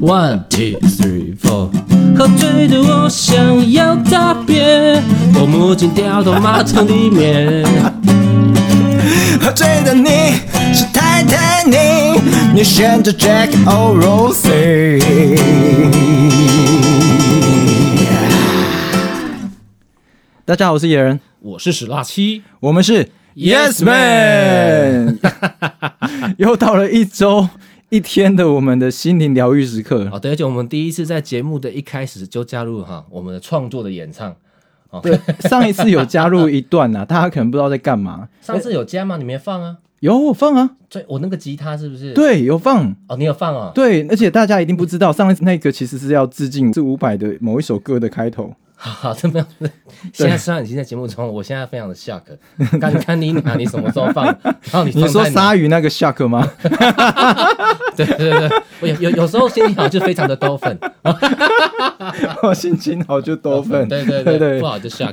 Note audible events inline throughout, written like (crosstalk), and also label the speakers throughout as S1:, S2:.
S1: One two three four，喝醉的我想要大便，我不禁掉到马桶里面。
S2: 喝醉的你是泰坦尼，你选择 Jack o r o s e 大家好，我是野人，
S1: (laughs) 我是史辣七，
S2: 我们是
S1: Yes
S2: Man，又到了一周一天的我们的心灵疗愈时刻。
S1: 好的，而哦且我们第一次在节目的一开始就加入哈我们的创作的演唱。
S2: 对，上一次有加入一段呐、啊，大家可能不知道在干嘛。
S1: 上次有加吗？你没放啊？
S2: 有我放啊，
S1: 所以我那个吉他是不是？。
S2: 对，有放。
S1: 哦，你有放哦。
S2: 对，而且大家一定不知道，上一次那个其实是要致敬是伍佰的某一首歌的开头。
S1: 好好的，没有。现在虽然已经在节目中，我现在非常的 shock。看你看你哪，你什么时候放？然后你
S2: 你
S1: 放
S2: 说
S1: 在哪
S2: 鲨鱼那个
S1: (laughs)
S2: shark 吗？
S1: 对对对，对我有有有时候心情好就非常的多粉， (laughs)
S2: 我心情好就多分。
S1: 对 (laughs) 对
S2: 对
S1: 不好就 shock。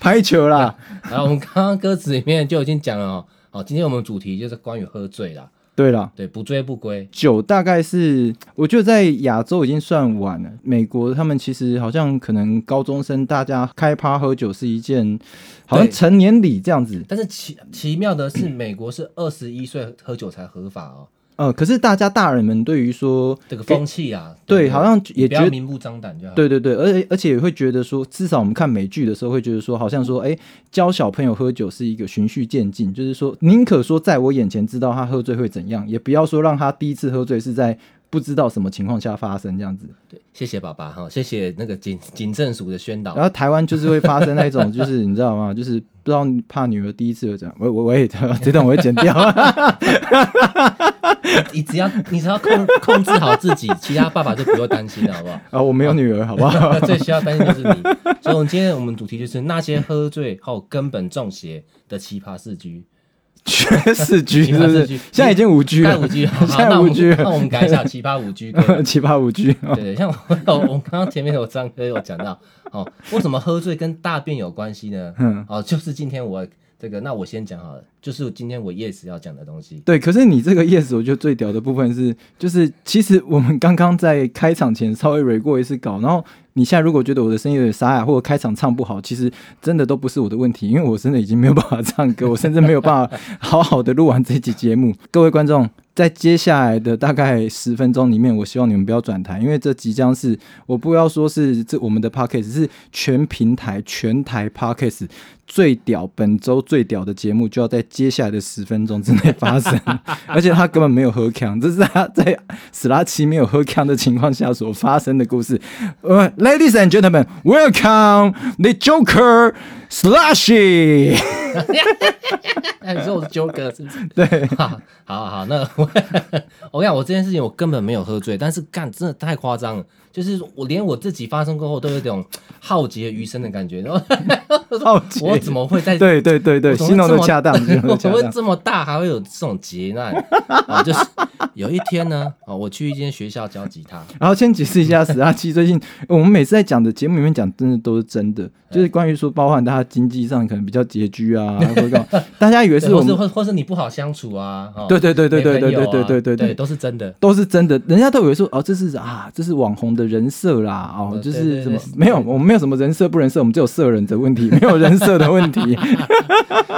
S2: 拍球啦，
S1: 然后我们刚刚歌词里面就已经讲了哦，好，今天我们主题就是关于喝醉啦，
S2: 对啦。
S1: 对，不醉不归。
S2: 酒大概是，我觉得在亚洲已经算晚了。美国他们其实好像可能高中生大家开趴喝酒是一件，好像
S1: 对
S2: 成年礼这样子。
S1: 但是奇奇妙的是，美国是二十一岁喝酒才合法哦，
S2: 呃，可是大家大人们对于说
S1: 这个风气啊，
S2: 对
S1: 不
S2: 好像也
S1: 不要
S2: 觉得
S1: 明目张胆就好。，
S2: 对对对，而且而且也会觉得说，至少我们看美剧的时候会觉得说，好像说，哎，教小朋友喝酒是一个循序渐进，就是说，宁可说在我眼前知道他喝醉会怎样，也不要说让他第一次喝醉是在不知道什么情况下发生这样子。
S1: 谢谢爸爸哈，谢谢那个警警政署的宣导
S2: 然。后台湾就是会发生那种，就是你知道吗？就是不知道怕女儿第一次会怎样，我我我也这段我会剪
S1: (laughs)
S2: 掉。
S1: 你只要你只要控控制好自己，其他爸爸就不用担心了，好不好？
S2: 啊，我没有女儿，好
S1: (laughs)
S2: 不好？ (laughs)
S1: 最需要担心就是你。所以，我们今天我们主题就是那些喝醉后根本中邪的奇葩四居。
S2: 缺四 G
S1: 奇 (laughs)
S2: 是
S1: 葩
S2: 不
S1: 四
S2: 是？
S1: G
S2: 现在已经五 G
S1: 看
S2: 了，
S1: 五 G，好，
S2: (laughs) 现在
S1: 那我
S2: 啊五啊
S1: 们
S2: G
S1: 那我们改一下奇葩五 G 歌。
S2: (laughs) 奇葩五 G 啊。
S1: 对，像我我 (laughs) 们刚刚前面有张哥有讲到，哦，为什么喝醉跟大便有关系呢？
S2: 嗯
S1: 哦，就是今天我这个，那我先讲好了，就是今天我 yes 要讲的东西。 (laughs)
S2: 对，可是你这个 yes，我觉得最屌的部分是，就是其实我们刚刚在开场前稍微 re 过一次稿，然后你现在如果觉得我的声音有点沙哑，或者开场唱不好，其实真的都不是我的问题，因为我真的已经没有办法唱歌，我甚至没有办法好好的录完这期节目。各位观众，在接下来的大概十分钟里面，我希望你们不要转台，因为这即将是我不要说是这我们的 p o c k e t 是全平台全台 p o c k e t 最屌本周最屌的节目就要在接下来的十分钟之内发生， (laughs) 而且他根本没有喝强，这是他在 (laughs) 史拉奇没有喝强的情况下所发生的故事。呃、l a d i e s and gentlemen, welcome the Joker Slashy 。
S1: 哎，你说我是 Joker 是不是？
S2: (laughs) 对，
S1: (laughs) 好好好，那我 (laughs) 我跟你讲，我这件事情我根本没有喝醉，但是干真的太夸张了，就是我连我自己发生过后都有一种浩劫余生的感觉。然后 (laughs)
S2: 好奇，
S1: 我怎么会在
S2: 对对对对，
S1: 我怎么
S2: 形容
S1: 这
S2: 的
S1: 么 (laughs)
S2: 恰当，形容
S1: 我
S2: 的
S1: 怎
S2: 恰
S1: 么会
S2: 当。
S1: 这么大还会有这种劫难啊？就是有一天呢， (laughs) 啊，我去一间学校教吉他，
S2: (laughs) 然后先解释一下，史拉奇最近我们每次在讲的节目里面讲，真的都是真
S1: (laughs)
S2: 的，就是关于说包含他经济上可能比较拮据
S1: (laughs)
S2: 啊，或者干嘛大家以为
S1: 对
S2: 是我
S1: 或是
S2: 们
S1: 或或是你不好相处啊？哦
S2: 对对对对对
S1: 没朋友啊
S2: 对对对对
S1: 对
S2: 对
S1: 都是真的。
S2: 都是真的，人家都以为说哦，这是啊，这是网红的人设啦，哦，
S1: 呃
S2: 就
S1: 对
S2: 是
S1: 对
S2: 什么
S1: 对
S2: 没有，我们没有什么人设不人设，我们只有色人的问题，没有人设的问
S1: (laughs)
S2: 题。 (laughs)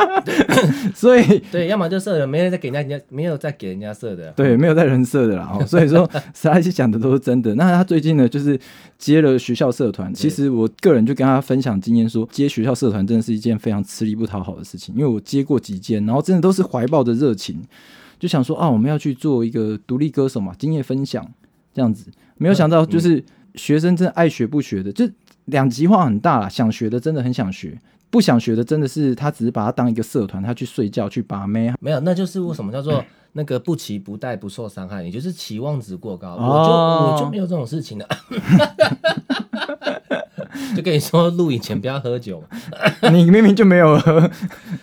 S2: 所以
S1: 对，要么就射人，没人在给人家，没有在给人家射的。
S2: (laughs) 对，没有在人设的啦，哦，所以说史莱西讲的都是真的。那他最近呢，就是接了学校社团，其实我个人就跟他分享经验说，接学校社团真的是一件非常吃力不讨好的事情，因为我接过几间，然后真的都是怀抱着热情，就想说啊，我们要去做一个独立歌手嘛，经验分享这样子，没有想到就是学生真的爱学不学的，就两极化很大啦，想学的真的很想学。不想学的真的是他，只是把它当一个社团，他去睡觉、去把妹，啊
S1: 没有，那就是为什么叫
S2: (clears throat)
S1: 做那个不期不待不受伤害，你就是期望值过高。
S2: 哦
S1: 我就我就没有这种事情的。 (laughs) 就跟你说录影前不要喝酒嘛，
S2: (laughs) 你明明就没有喝，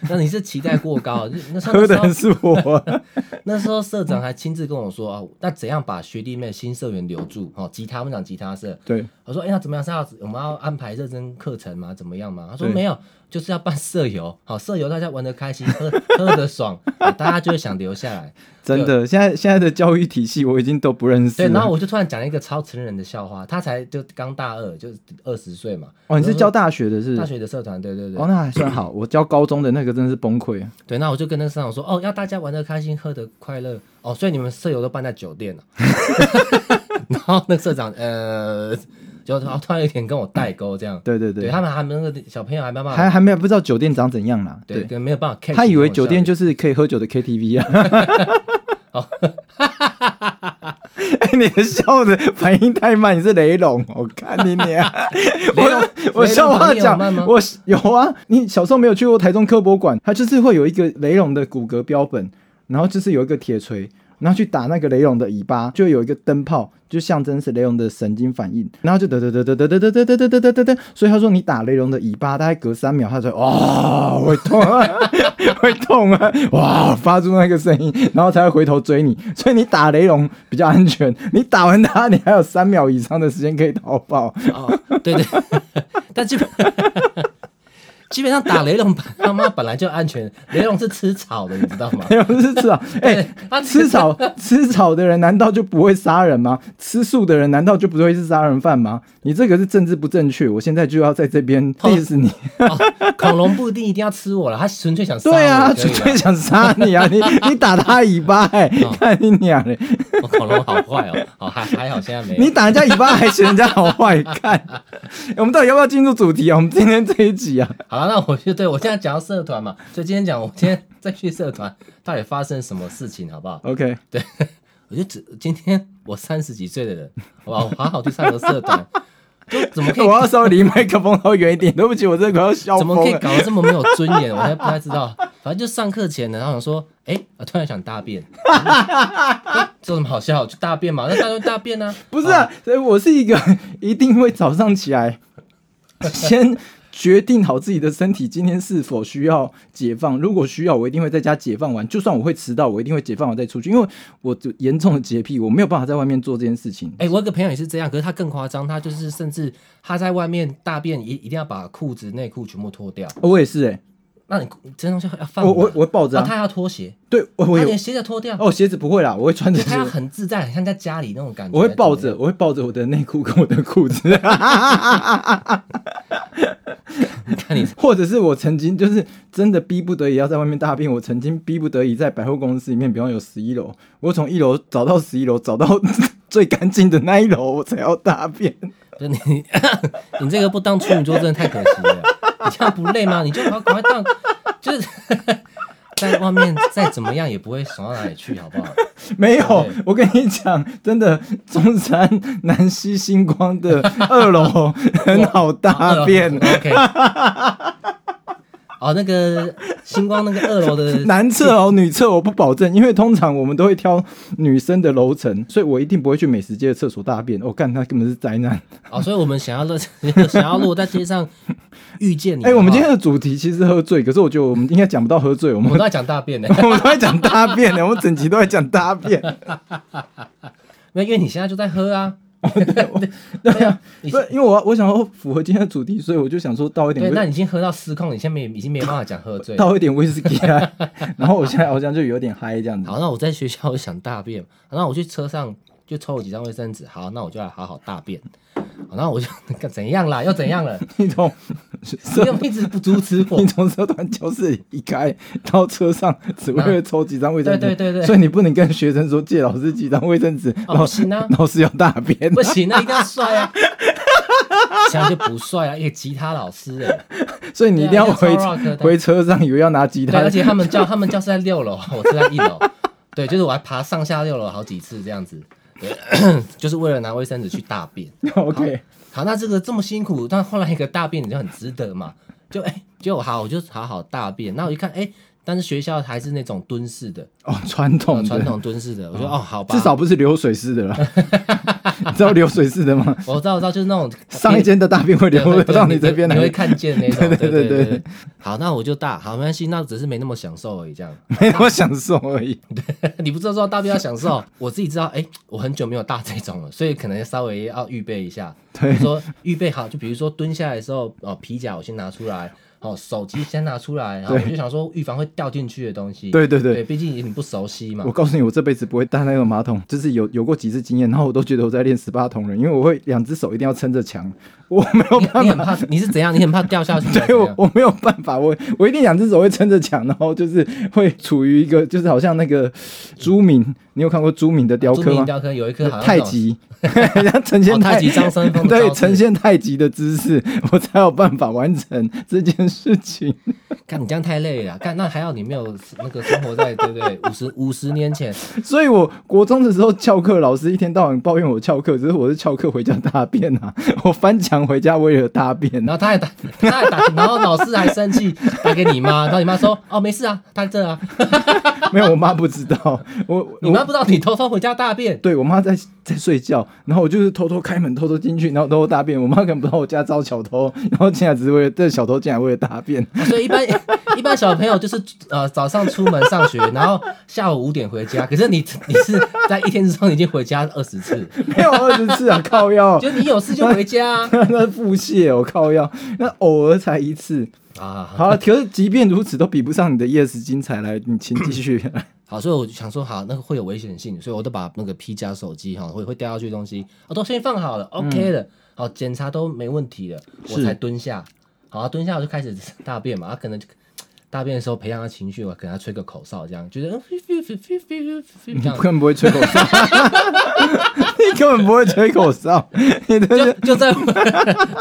S1: 那你是期待过高，就那时候
S2: 喝
S1: 那时
S2: 的
S1: 候
S2: 是
S1: (laughs)
S2: 我。
S1: 那时候社长还亲自跟我说啊，那怎样把学弟妹新社员留住？哦，吉他我们讲吉他社，
S2: 对，
S1: 我说哎、那怎么样？是要我们要安排认真课程吗？怎么样吗？他说
S2: 对
S1: 没有，就是要办社游，好、社游大家玩的开心，喝 (laughs) 喝的爽、啊大家就会想留下
S2: (laughs)
S1: 来。
S2: 真的，现在现在的教育体系我已经都不认识
S1: 对，
S2: 了。
S1: 然后我就突然讲了一个超成人的笑话，他才就刚大二，就二十岁嘛，
S2: 哦，你是
S1: 我就
S2: 教大学的是不
S1: 大
S2: 是？
S1: 学的社团，对对对。
S2: 哦，那还算好。我教高中的那个真的是崩溃。
S1: 对，那我就跟那个社长说，哦，要大家玩的开心，喝的快乐，哦，所以你们舍友都办在酒店了。 (laughs) 然后那个社长，呃，就突突然有点跟我代沟这样，
S2: 对对对，
S1: 他们还没那个小朋友还没办
S2: 还
S1: 法，
S2: 还没有不知道酒店长怎样啦。
S1: 对，
S2: 对，
S1: 跟没有办法 catch
S2: 他以为
S1: 那种
S2: 酒店
S1: 效
S2: 就是可以喝酒的 KTV
S1: (laughs)
S2: 啊。
S1: 哦
S2: (laughs) 哎，你的笑的反应太慢，你是雷龙，我看你娘！
S1: 没有
S2: 我
S1: (laughs)
S2: (laughs) 我
S1: 雷龙
S2: 笑话
S1: 反应有
S2: 讲
S1: 慢吗，
S2: 我有啊。你小时候没有去过台中科博馆，它就是会有一个雷龙的骨骼标本，然后就是有一个铁锤，然后去打那个雷龙的尾巴，就有一个灯泡，就象征是雷龙的神经反应，然后就得得得得得得得得得得得得得，所以他说你打雷龙的尾巴，大概隔三秒，他就哦 (laughs) 会痛啊，会痛啊，哇发出那个声音，然后才会回头追你，所以你打雷龙比较安全，你打完它，你还有三秒以上的时间可以逃跑。
S1: 哦，对 (laughs) 对，但基本基本上打雷龙本他妈本来就安全，雷龙是吃草的，你知道
S2: (laughs)
S1: 吗？
S2: 雷龙是吃
S1: (laughs)
S2: 草，哎、
S1: 他
S2: 吃草吃草的人难道就不会杀人吗？吃素的人难道就不会是杀人犯吗？你这个是政治不正确，我现在就要在这边 diss 你。
S1: 哦恐龙不一定一定要吃我了，他纯粹想杀我
S2: (laughs) 对啊，
S1: 也可以
S2: 纯
S1: 啦
S2: 粹想杀你啊！你你打他尾巴、哎、看你娘嘞！
S1: 哦恐龙好坏哦，好还还好现在没有。
S2: 你打人家尾巴还嫌人家好坏，看、我们到底要不要进入主题啊？我们今天这一集啊，
S1: 好了，那我就对我现在讲到社团嘛， (laughs) 所以今天讲我今天再去社团到底发生什么事情，好不 (laughs) 好？
S2: OK，
S1: 我就只今天我三十几岁的人，好不好？我好好去上个社团， (laughs) 就怎么可以
S2: 我要啊稍微离麦克风稍微远一点，对不起，我真的快要笑
S1: 怎么可
S2: 疯
S1: 以
S2: 了。
S1: 搞得这么没有尊严？ (laughs) 我还不太知道。反正就上课前呢，然后想说，哎、啊突然想大便， (laughs) 这有什么好笑？就大便嘛，那大家就大便啊。
S2: 不是啊，所以我是一个 (laughs) 一定会早上起来先决定好自己的身体今天是否需要解放。如果需要，我一定会在家解放完。就算我会迟到，我一定会解放完再出去，因为我就严重的洁癖，我没有办法在外面做这件事情。
S1: 哎、我有个朋友也是这样，可是他更夸张，他就是甚至他在外面大便一一定要把裤子、内裤全部脱掉。
S2: 我也是哎、
S1: 那你这东西要放
S2: 我我
S1: 吧
S2: 我抱着、
S1: 哦，
S2: 啊，
S1: 他还要脱鞋，
S2: 对我我
S1: 他
S2: 有
S1: 连鞋子脱掉，
S2: 哦鞋子不会啦，我会穿着
S1: 就
S2: 鞋
S1: 他要很自在，很像在家里那种感觉。
S2: 我会抱着，我会抱着我的内裤跟我的
S1: (laughs)
S2: 裤子，
S1: 你看你，
S2: (laughs) 或者是我曾经就是真的逼不得已要在外面大便，我曾经逼不得已在百货公司里面，比方有十一楼，我从一楼找到十一楼，找到 (laughs) 最干净的那一楼，我才要大便。
S1: 就你， (laughs) 你这个不当处女座真的太可惜了。 (laughs) 你这样不累吗？你就赶快当，就是在外面再怎么样也不会爽到哪里去，好不
S2: (laughs)
S1: 好？
S2: 没有
S1: 对，
S2: 我跟你讲，真的，中山南溪星光的二楼 (laughs) 很好大便。
S1: (laughs) OK。哦，那个星光那个二楼
S2: (laughs)
S1: 的
S2: 男厕哦，女厕我不保证，因为通常我们都会挑女生的楼层，所以我一定不会去美食街的厕所大便。我、干，那根本是灾难。
S1: 哦，所以我们想要乐， (laughs) 想要如果在街上遇见你，
S2: 哎、我们今天
S1: 好
S2: 的主题其实是喝醉，可是我觉得我们应该 (laughs) 讲不到喝醉，我
S1: 不好我
S2: 们，
S1: 们都在讲大便呢 (laughs)
S2: 我们都在讲大便的，我们整集都在讲大便。
S1: 没有因为你现在就在喝啊。
S2: 对啊，
S1: 你
S2: 不是因为我我想要符合今天的主题，所以我就想说倒一点
S1: 对，那
S2: 威
S1: 你已经喝到失控，你现在没已经没办法讲喝醉了。
S2: 倒一点威士忌啊，
S1: (laughs)
S2: 然后我现在好像就有点嗨这样子。
S1: 好，那我在学校我想大便，然后我去车上就抽了几张卫生纸，好，那我就来好好大便。好，那我就干怎样啦？又怎样了？
S2: (laughs) 你
S1: (laughs)
S2: 从
S1: 你
S2: 社
S1: 又一直哦不啊阻止 (laughs)
S2: (laughs)
S1: 我
S2: 你。从社团教室里离开到车上，只为了抽几张卫生纸。
S1: 对对对对
S2: 所以你不能跟学生说借老师几张卫生纸，
S1: 哦，
S2: 老
S1: 不
S2: 师
S1: 行啊，
S2: 老师要大便。
S1: 不行啊，一定要帅啊！这样就不帅啊，一个吉他老师哎、
S2: 所以你一定要
S1: 对
S2: 回
S1: 啊要超 rock 的
S2: 回车上，以为要拿吉
S1: 对，
S2: 他
S1: 而且他们教他们教室在六楼，我是在一楼，对，就是我还爬上下六楼好几次这样子，对， (coughs) 就是为了拿卫生纸去大便。
S2: (laughs) OK，
S1: 好，那这个这么辛苦，但后来一个大便你就很值得嘛？就哎、就好，我就好好大便。那我一看，哎、但是学校还是那种蹲式的，
S2: 哦，传
S1: 呃
S2: 统的
S1: 哦传统蹲式的。我说哦，好吧，
S2: 至少不是流水式的啦。 (laughs) 你知道流水式的吗？
S1: (laughs) 我知道，我知道，就是那种
S2: (laughs) 上一间的大便会
S1: 对
S2: 流
S1: 对对
S2: 到
S1: 你
S2: 你这边
S1: 你
S2: 来，
S1: 会看见那种，
S2: 对
S1: 对
S2: 对
S1: 对
S2: 对
S1: 对
S2: 对
S1: 好，那我就大，好，没关系，那只是没那么享受而已，这样。
S2: 没那么享受而已。
S1: (laughs) 你不知道说大便要享受，我自己知道，哎、我很久没有大这种了，所以可能稍微要预备一下。
S2: 对
S1: 比如说预备好，就比如说蹲下来的时候，哦，皮夹我先拿出来，哦，手机先拿出来，然后
S2: 对
S1: 我就想说预防会掉进去的东西。
S2: 对对对
S1: 对，毕竟你不熟悉嘛
S2: 我。告诉你，我这辈子不会搭那个马桶，就是有有过几次经验，然后我都觉得我在练十八铜人，因为我会两只手一定要撑着墙，我没有
S1: 你
S2: 办
S1: 你很
S2: 法
S1: 怕你是怎样？你很怕掉下去？还是
S2: (laughs) 对
S1: 怎
S2: 我
S1: 样
S2: 我没有办法，我我一定两只手会撑着墙，然后就是会处于一个就是好像那个朱敏，你有看过朱敏的雕
S1: 朱
S2: 刻
S1: 明
S2: 吗？
S1: 雕刻有一颗好像
S2: 太
S1: 那种，
S2: 极， (laughs) 像呈现
S1: 哦太极张三丰的
S2: 对
S1: 招式
S2: 呈现太极的姿势，我才有办法完成这件事情。 (laughs)
S1: 干你这样太累了，干那还好你没有那个生活在对不
S2: (laughs)
S1: 对？五十五十年前，
S2: 所以我国中的时候翘课，老师一天到晚抱怨我翘课，只是我是翘课回家大便啊，我翻墙回家为了大便
S1: 然 (laughs)
S2: 啊。
S1: 后他还打，他还打，然后老师还生气，打给你妈，然后你妈说：“哦，没事啊，他在这啊。
S2: 没有，我妈不知道，我”
S1: 你妈不知道你偷偷回家大便，
S2: 对我妈在在睡觉，然后我就是偷偷开门，偷偷进去，然后偷偷大便。我妈可能不知道我家招小偷，然后进来只是为了这小偷进来为了大便。
S1: 所以一般一般小朋友就是呃早上出门上学，然后下午五点回家。可是你你是在一天之中已经回家二十次，
S2: 没有二十次啊，靠腰，
S1: 就你有事就回家啊
S2: 那腹泻哦，靠腰，那偶尔才一次。
S1: 啊。
S2: 好了，可是即便如此，都比不上你的 yes 精彩来，你请继续。
S1: 好，所以我就想说，好，那个会有危险性，所以我都把那个皮夹、手机哈会会掉下去的东西，我、都先放好了，OK 了，好，检查都没问题了，我
S2: 是
S1: 才蹲下。好，蹲下我就开始大便嘛，啊，可能就大便的时候培养他情绪，我给他吹个口哨，这样觉得嗯这
S2: 你
S1: 样。
S2: 根本不会吹口哨，你根本不会吹口哨，你都
S1: 就是就在，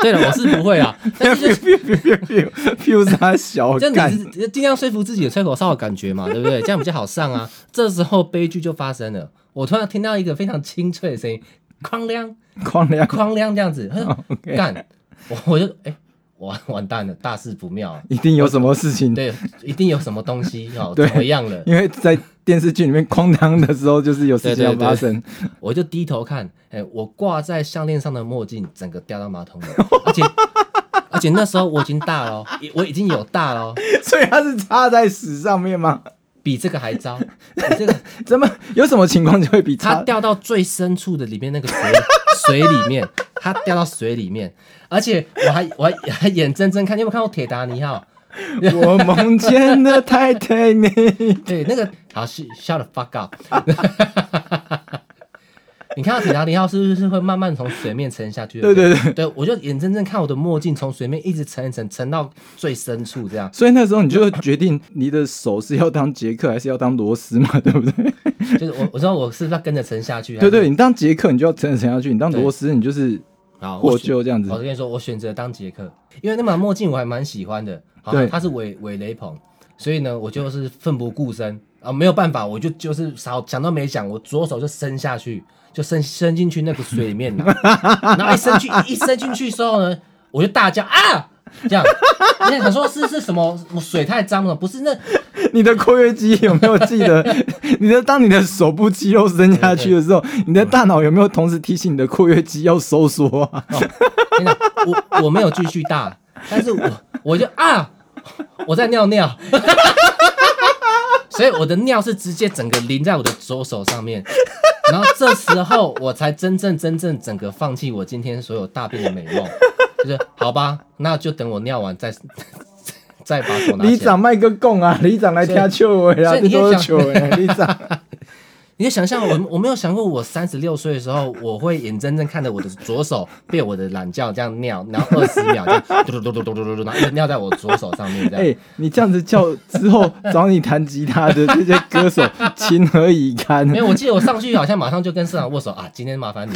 S1: 对了，我 (laughs) 是不会啦，但是就
S2: biu biu biu biu biu biu 啥小
S1: 就
S2: 干
S1: 你只是尽量说服自己有吹口哨的感觉嘛，对不对？这样比较好上啊。这时候悲剧就发生了，我突然听到一个非常清脆的声音，哐亮
S2: 哐亮
S1: 哐亮这样子，
S2: 哦，OK，
S1: 干，我我就哎、完完蛋了，大事不妙啊、
S2: 一定有什么事情。
S1: 对，一定有什么东西哦，怎
S2: 对
S1: 么样 (laughs) 了？
S2: 因为在电视剧里面哐当的时候，就是有事情要发生， (laughs)
S1: 我就低头看，哎、我挂在项链上的墨镜整个掉到马桶里，而且而且那时候我已经大了哦，我已经有大了哦，
S2: 所以它是插在屎上面吗？
S1: 比这个还糟，比这个
S2: 怎么有什么情况就会比
S1: 它
S2: 插？
S1: 掉到最深处的里面那个水 (laughs) 水里面，它掉到水里面，而且我还我还还眼睁睁看，你有没有看过《铁达尼号
S2: (laughs) 我梦见了泰坦尼克》？
S1: 对，那个好是 shut the fuck up。你看到铁达尼号是不是会慢慢从水面沉下去？
S2: 对对对。
S1: 对，我就眼睁睁看我的墨镜从水面一直沉一沉沉到最深处，这样。
S2: (laughs) 所以那时候你就决定你的手是要当杰克还是要当罗斯嘛， (laughs) 对不对？
S1: 就是我我知道我是不是要跟着沉下去？还
S2: 对
S1: 是
S2: 对，你当杰克你就要沉沉下去，你当罗斯你就是
S1: 好，我
S2: 获
S1: 选
S2: 救这样子
S1: 我。跟你说，我选择当杰克，因为那把墨镜我还蛮喜欢的。好
S2: 对，
S1: 他是韦韦雷鹏，所以呢，我就是奋不顾身啊，没有办法，我就就是少想都没想，我左手就伸下去，就伸伸进去那个水里面了。 (laughs) 然后一伸去一伸进去之后呢，我就大叫啊！这样， (laughs) 人家想说是是什么什么水太脏了，不是那
S2: 你的括约肌有没有记得？ (laughs) 你的当你的手部肌肉伸下去的时候，你的大脑有没有同时提醒你的括约肌要收缩啊？
S1: 天哪，我我没有继续大，但是我我就啊，我在尿尿， (laughs) 所以我的尿是直接整个淋在我的左手上面，然后这时候我才真正真正整个放弃我今天所有大便的美梦，就是好吧，那就等我尿完再再把手拿
S2: 里
S1: 起来。
S2: 长卖个供
S1: (laughs)
S2: 啊，里长来听秋尾啦，
S1: 所以
S2: 这
S1: 你也
S2: 都是
S1: 想
S2: 秋尾
S1: (laughs)
S2: 啊，里长。
S1: 你就想象我我没有想过，我三十六岁的时候，我会眼睁睁看着我的左手被我的懒觉这样尿，然后二十秒这样嘟嘟嘟嘟嘟嘟嘟，然后一直尿在我左手上面这样
S2: 哎、。你这样子叫之后找你弹吉他的这些歌手，情何以
S1: (laughs)
S2: 堪？
S1: 没有，我记得我上去好像马上就跟社长握手啊，今天麻
S2: (laughs)
S1: 烦你。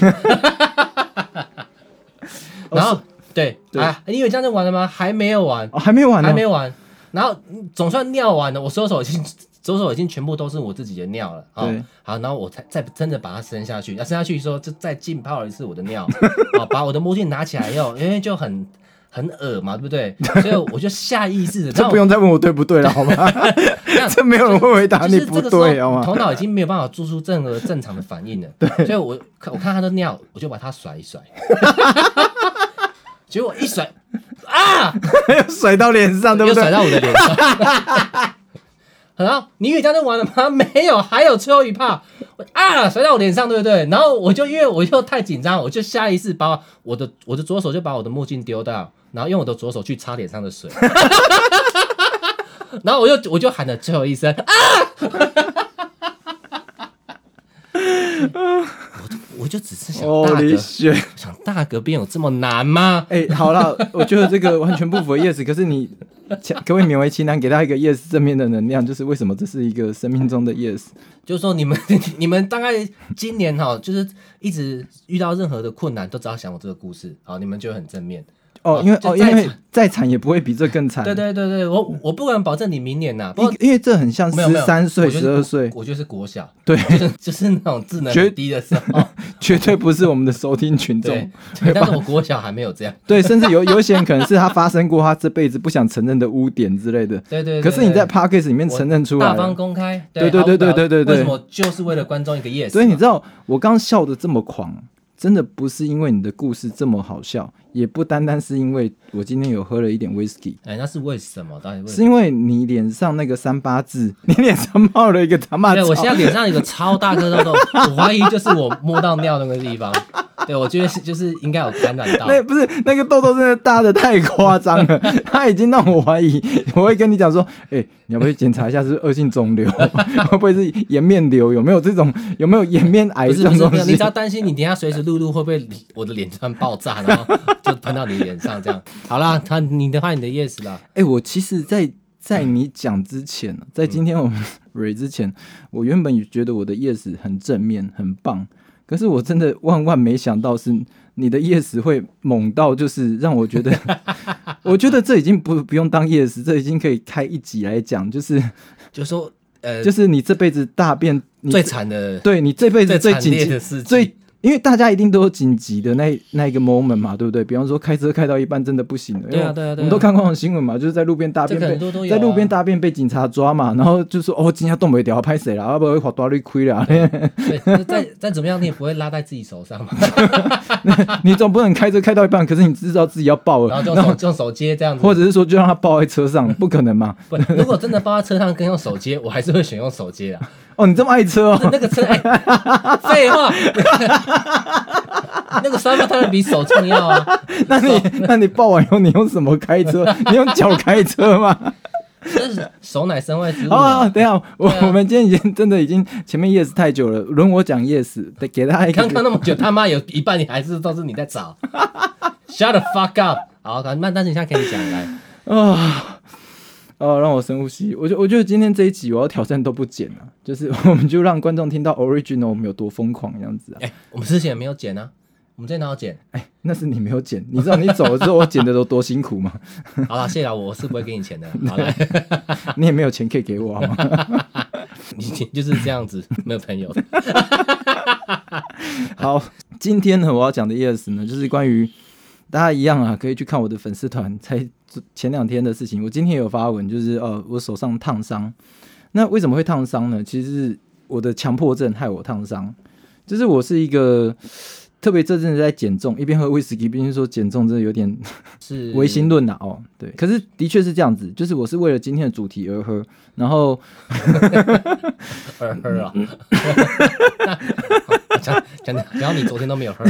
S1: 然后对
S2: 哦对
S1: 啊，你以为这样就完了吗？还没有完，
S2: 哦，还没完呢、
S1: 还没完。然后嗯总算尿完了，我左手已经 (laughs) 左手已经全部都是我自己的尿了啊、
S2: 对
S1: 好，然后我才再真的把它伸下去，
S2: (laughs)
S1: 那伸下去之后就再浸泡了一次我的尿，啊，把我的墨镜拿起来以后，因为就很很恶嘛，对不对？所以我就下意识的，
S2: (laughs) 这不用再问我对不对了，好吗？
S1: (laughs) 这样
S2: 这没有人会回答
S1: 就
S2: 你
S1: 是
S2: 不
S1: 这个时候
S2: 对，好吗？
S1: 头脑已经没有办法做出任何正常的反应了。
S2: (laughs)
S1: 对，所以我看我看他的尿，我就把他甩一甩，结果一甩啊，
S2: 甩到脸上，对不
S1: 又甩
S2: 对？
S1: 到我的脸上。 (laughs) 然后你以为这样就完了吗？没有，还有最后一趴我啊，甩到我脸上，对不对？然后我就因为我又太紧张，我就下意识把我的我的左手就把我的墨镜丢到，然后用我的左手去擦脸上的
S2: (laughs)
S1: 水，然后我就我就喊了最后一声啊， (laughs) 我就我就只是想
S2: 哦，
S1: 大
S2: 李
S1: 哥，
S2: 雪，
S1: 想大哥变有这么难吗？
S2: 哎、好了，我觉得这个完全不符合 yes。可是你，各位勉为其难，给他一个 yes 正面的能量，就是为什么这是一个生命中的 yes？
S1: 就是说你们 (laughs) 你们大概今年哈，就是一直遇到任何的困难，都只要想我这个故事，好，你们就很正面。
S2: 哦，因为
S1: 就
S2: 哦，因
S1: 再
S2: 为
S1: 惨
S2: 再惨也不会比这更惨。啊
S1: 对对对对，我我不敢保证你明年呐、不过
S2: 因，因为这很像
S1: 没有没
S2: 十
S1: 有，
S2: 三岁、
S1: 我就是
S2: 十二岁，
S1: 我就是国小， (laughs)
S2: 对， (laughs)
S1: 就是就是那种智能
S2: 绝
S1: 很低的时候，
S2: 绝对不是我们的收听群众
S1: 对。对，但是我国小还没有这样。
S2: 对，甚至有有一些人可能是他发生过他这辈子不想承认的污点之类的。
S1: 对对对
S2: 可是你在 p a c k a g e 里面
S1: 我
S2: 承认出来
S1: 大方
S2: 了，
S1: 公开，
S2: 对对
S1: 毫不
S2: 对
S1: 表
S2: 对对对对
S1: 为什么就是为了观众一个 yes？
S2: 所以你知道我刚笑的这么狂，真的不是因为你的故事这么好笑，也不单单是因为我今天有喝了一点 whisky，
S1: 哎，那是为什么？到底为什
S2: 是
S1: 么？
S2: 因为你脸上那个三八字， (laughs) 你脸上冒了一个他妈
S1: 对，我
S2: 草
S1: 现在脸上有个超大颗
S2: (laughs)
S1: 痘痘，我怀疑就是我摸到尿那个地方。对，我觉得是就是应该有感染到。
S2: 那不是那个痘痘真的大的太夸张
S1: (laughs)
S2: 了，他已经让我怀疑。我会跟你讲说，哎、你要不要去检查一下是不是恶性
S1: (laughs)
S2: 肿瘤，会不会是颜面瘤，有没有这种有没有颜面癌
S1: 不
S2: 这
S1: 是不
S2: 种
S1: 是
S2: 东
S1: 不是，你
S2: 西 (laughs)
S1: 只？要担心你等一下随时录入会不会我的脸突然爆炸，然后就喷到你脸上这样。好啦，他你的话你的 yes 啦，
S2: 哎、我其实在，在你讲之前，
S1: 嗯
S2: 在今天我们蕊之前，我原本也觉得我的 yes 很正面，很棒。可是我真的万万没想到，是你的 yes 会猛到，就是让我觉得， (laughs) 我觉得这已经不不用当 yes，这已经可以开一集来讲，就是
S1: 就说呃
S2: 就是你这辈子大便你
S1: 最惨的
S2: 对你这辈子最
S1: 最惨
S2: 紧
S1: 烈
S2: 急
S1: 的事情，
S2: 最。因为大家一定都有紧急的那那一个 moment 嘛，对不对？比方说开车开到一半真的不行了，因为
S1: 对啊对啊对啊
S2: 我们都看过那种新闻嘛，就是在路边大便
S1: 这个很
S2: 被
S1: 多都有啊
S2: 在路边大便被警察抓嘛，然后就说哦，今天动不掉，拍谁了？要不然会划大绿亏了？
S1: 对，就是再再怎么样你也不会拉在自己手
S2: (laughs)
S1: 上嘛，
S2: (laughs) 你总不能开车开到一半，可是你知道自己要爆
S1: 然 (laughs) 后，
S2: 了
S1: 就用手用手接这样子。
S2: 或者是说就让他抱在车上，不可能嘛？ (laughs)
S1: 不，如果真的抱在车上跟用手接，我还是会选用手接啊啦。
S2: 哦，你这么爱车哦，
S1: 那个车，哎废、话， (laughs) 那个沙发当然比手重要啊。
S2: (laughs) 那你那你抱完以后你用什么开车？ (laughs) 你用脚开车吗？
S1: 就是手乃身外之物
S2: 好好，好
S1: 嘛。
S2: 等一下，我、
S1: 嗯对啊
S2: 我们今天已经真的已经前面 yes 太久了，轮我讲 yes，得给大家一个
S1: 刚刚那么久，他妈有一半你还是都是你在找。Shut the fuck up！好，那但是你现在可以讲来，
S2: 啊哦，让我深呼吸。我就我觉得今天这一集我要挑战都不剪了、就是 (laughs) 我们就让观众听到 original 我们有多疯狂这样子啊。
S1: 哎、我们之前没有剪啊，我们之前哪有剪？
S2: 哎，那是你没有剪，你知道你走了之后我剪的都多辛苦吗？
S1: 好了，谢谢啦，我是不会给你钱的。好了，
S2: 你也没有钱可以给我好啊吗？
S1: 你你就是这样子，没有朋友的。
S2: 好，今天呢，我要讲的 yes 呢，就是关于大家一样啊，可以去看我的粉丝团，才前两天的事情。我今天有发文，就是呃，我手上烫伤。那为什么会烫伤呢？其实是我的强迫症害我烫伤，就是我是一个。特别这阵子在减重，一边喝威士忌，一边说减重真的有点
S1: 是
S2: 唯心论呐、哦，对，可是的确是这样子，就是我是为了今天的主题而喝，然后
S1: 呵呵啊。 (laughs) 讲讲的，然后你昨天都没有喝，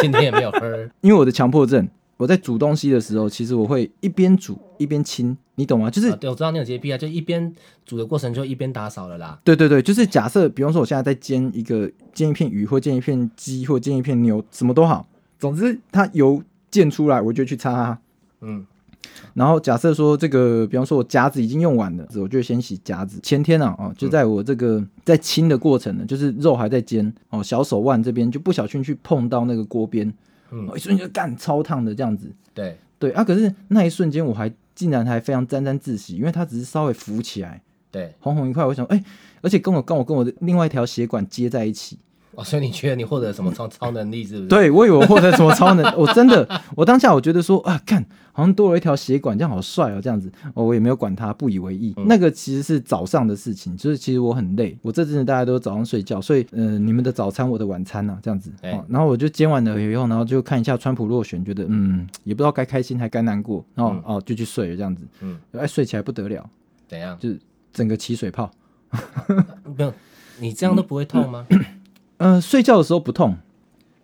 S1: 今天也没有喝，
S2: 因为我的强迫症，我在煮东西的时候，其实我会一边煮一边亲，你懂吗？就是
S1: 啊对，我知道你有洁癖啊，就一边煮的过程就一边打扫了啦。
S2: 对对对，就是假设，比方说我现在在煎一个煎一片鱼，或煎一片鸡，或煎一片牛，什么都好，总之它油溅出来，我就去擦它。
S1: 嗯，
S2: 然后假设说这个，比方说我夹子已经用完了，我就先洗夹子。前天啊，哦，就在我这个在清的过程呢，就是肉还在煎哦，小手腕这边就不小心去碰到那个锅边，
S1: 嗯
S2: 哦一瞬间就干超烫的这样子。
S1: 对，
S2: 对啊，可是那一瞬间我还竟然还非常沾沾自喜，因为它只是稍微浮起来，
S1: 对，
S2: 红红一块，我想，哎、而且跟我跟我跟我的另外一条血管接在一起，
S1: 哦，所以你觉得你获得什么
S2: (laughs)
S1: 超超能力是不是？，
S2: 对我以为我获得什么超能， (laughs) 我真的，我当下我觉得说啊，看好像多了一条血管，这样好帅哦，这样子，哦，我也没有管它，不以为意。那个其实是早上的事情，就是其实我很累，我这阵子大家都早上睡觉，所以嗯、呃你们的早餐，我的晚餐呐、这样子。
S1: 对
S2: 哦，然后我就煎完了以后，然后就看一下川普落选，觉得嗯，也不知道该开心还该难过，然后、哦就去睡了这样子，
S1: 嗯，
S2: 哎睡起来不得了，
S1: 怎样？
S2: 就是整个起水泡。
S1: 没有，你这样都不会痛吗？
S2: 嗯、睡觉的时候不痛，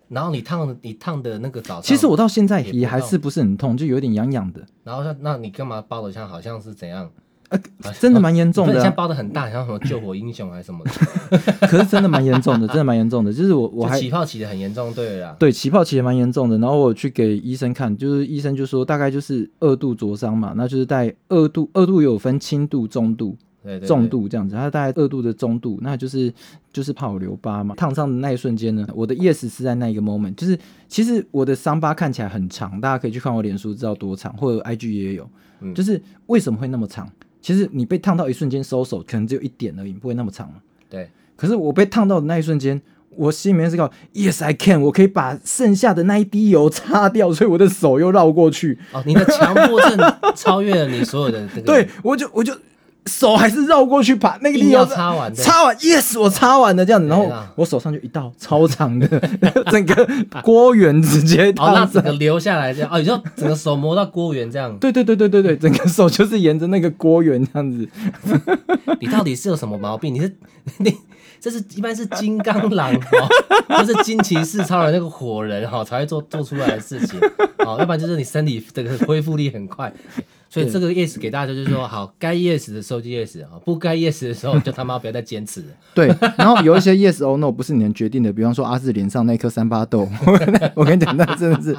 S1: 然后你烫你烫的那个早上，
S2: 其实我到现在
S1: 也不
S2: 也还
S1: 痛
S2: 是不是很痛，就有点痒痒的，
S1: 然后像那你干嘛包的像好像是怎样？
S2: 呃，真的蛮严重
S1: 你不
S2: 的
S1: 是
S2: 啊、
S1: 像包的很大，像什么救火英雄还是什么的，
S2: 可是真的蛮严重的，真的蛮严重的。就是我 (laughs) 我
S1: 哦就
S2: 还
S1: 起泡起的很严重，对了啦。
S2: 对起泡其实蛮严重的，然后我去给医生看，就是医生就说大概就是二度灼伤嘛，那就是带二度，二度有分轻度、中度、
S1: 对对对
S2: 重度这样子，他大概二度的中度，那就是就是怕我留疤嘛。烫伤的那一瞬间呢，我的 yes 是在那一个 moment，就是其实我的伤疤看起来很长，大家可以去看我脸书知道多长，或者 IG 也有，
S1: 嗯
S2: 就是为什么会那么长？其实你被烫到一瞬间收手，可能只有一点而已，不会那么长嘛。
S1: 对，
S2: 可是我被烫到的那一瞬间，我心里面是告 Yes I can，我可以把剩下的那一滴油擦掉，所以我的手又绕过去，
S1: 哦，你的强迫症超越了你所有的这个，
S2: (laughs) 对，我就我就手还是绕过去把那个
S1: 硬
S2: 滴
S1: 要
S2: 油
S1: 擦完对
S2: 擦完 Yes 我擦完了这样子，然后
S1: 对啊啦
S2: 我手上就一道超长的， (laughs) 整个锅圆直接
S1: 哦，那
S2: 烫
S1: 整
S2: 伤。
S1: 个流下来这样，哦，你就整个手磨到锅缘这样，
S2: 对对对对对对，整个手就是沿着那个锅圆这样子，
S1: 你到底是有什么毛病？你是你这是一般是金刚狼哦，就是惊奇四超人那个火人哈、哦、才会做做出来的事情哦，要不然就是你身体这个恢复力很快。所以这个 yes 给大家就是说，好，该 yes 的时候就 yes 啊，不该 yes 的时候就他妈不要再坚持了。
S2: 对，然后有一些 yes or no 不是你能决定的，比方说阿志脸上那颗三八痘， (laughs) 我跟你讲，那真的是，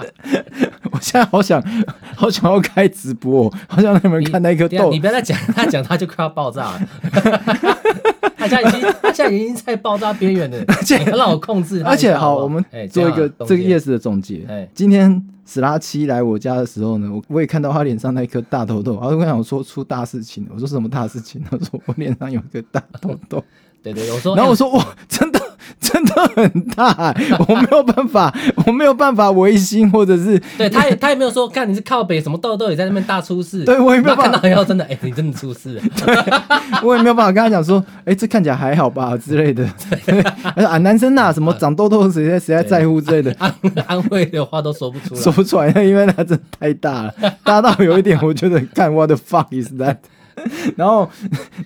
S2: 我现在好想，好想要开直播哦，好想让你们
S1: 你
S2: 看那颗
S1: 等一下
S2: 痘
S1: 你。不要再讲，他讲他就快要爆炸了。他现在已经，他现在已经在爆炸边缘了。而
S2: 且
S1: 让我控制他一下，
S2: 而且
S1: 好
S2: 好，
S1: 不好
S2: 我们
S1: 哎这
S2: 做
S1: 样
S2: 一
S1: 啊
S2: 个
S1: 董
S2: 这个
S1: 姐
S2: yes 的总
S1: 哎
S2: 结。今天史拉七来我家的时候呢，我我也看到他脸上那颗大痘痘，然后我跟想说出大事情了，我说什么大事情？ (laughs) 他说我脸上有一个大痘
S1: (laughs)
S2: 痘。
S1: 对对，我说，
S2: 然
S1: 哎
S2: 后我说哇，真的真的很大、欸，我没有办法，我没有办法维新，或者是
S1: 对，他也他也没有说，看你是靠北什么痘痘也在那边大出事。
S2: 对我也没有
S1: 然后
S2: 办
S1: 看到以后真的，哎，你真的出事了。
S2: 我也没有办法跟他讲说，哎、这看起来还好吧之类的。 (laughs) 他说啊，男生呐、什么长痘痘谁在谁在在乎之类的，
S1: 安 (laughs) 安慰的话都说不出
S2: 说
S1: 来。
S2: 不出来，因为他真的太大
S1: (laughs)
S2: 了，大到有一点我觉得，看 what the fuck is that？然后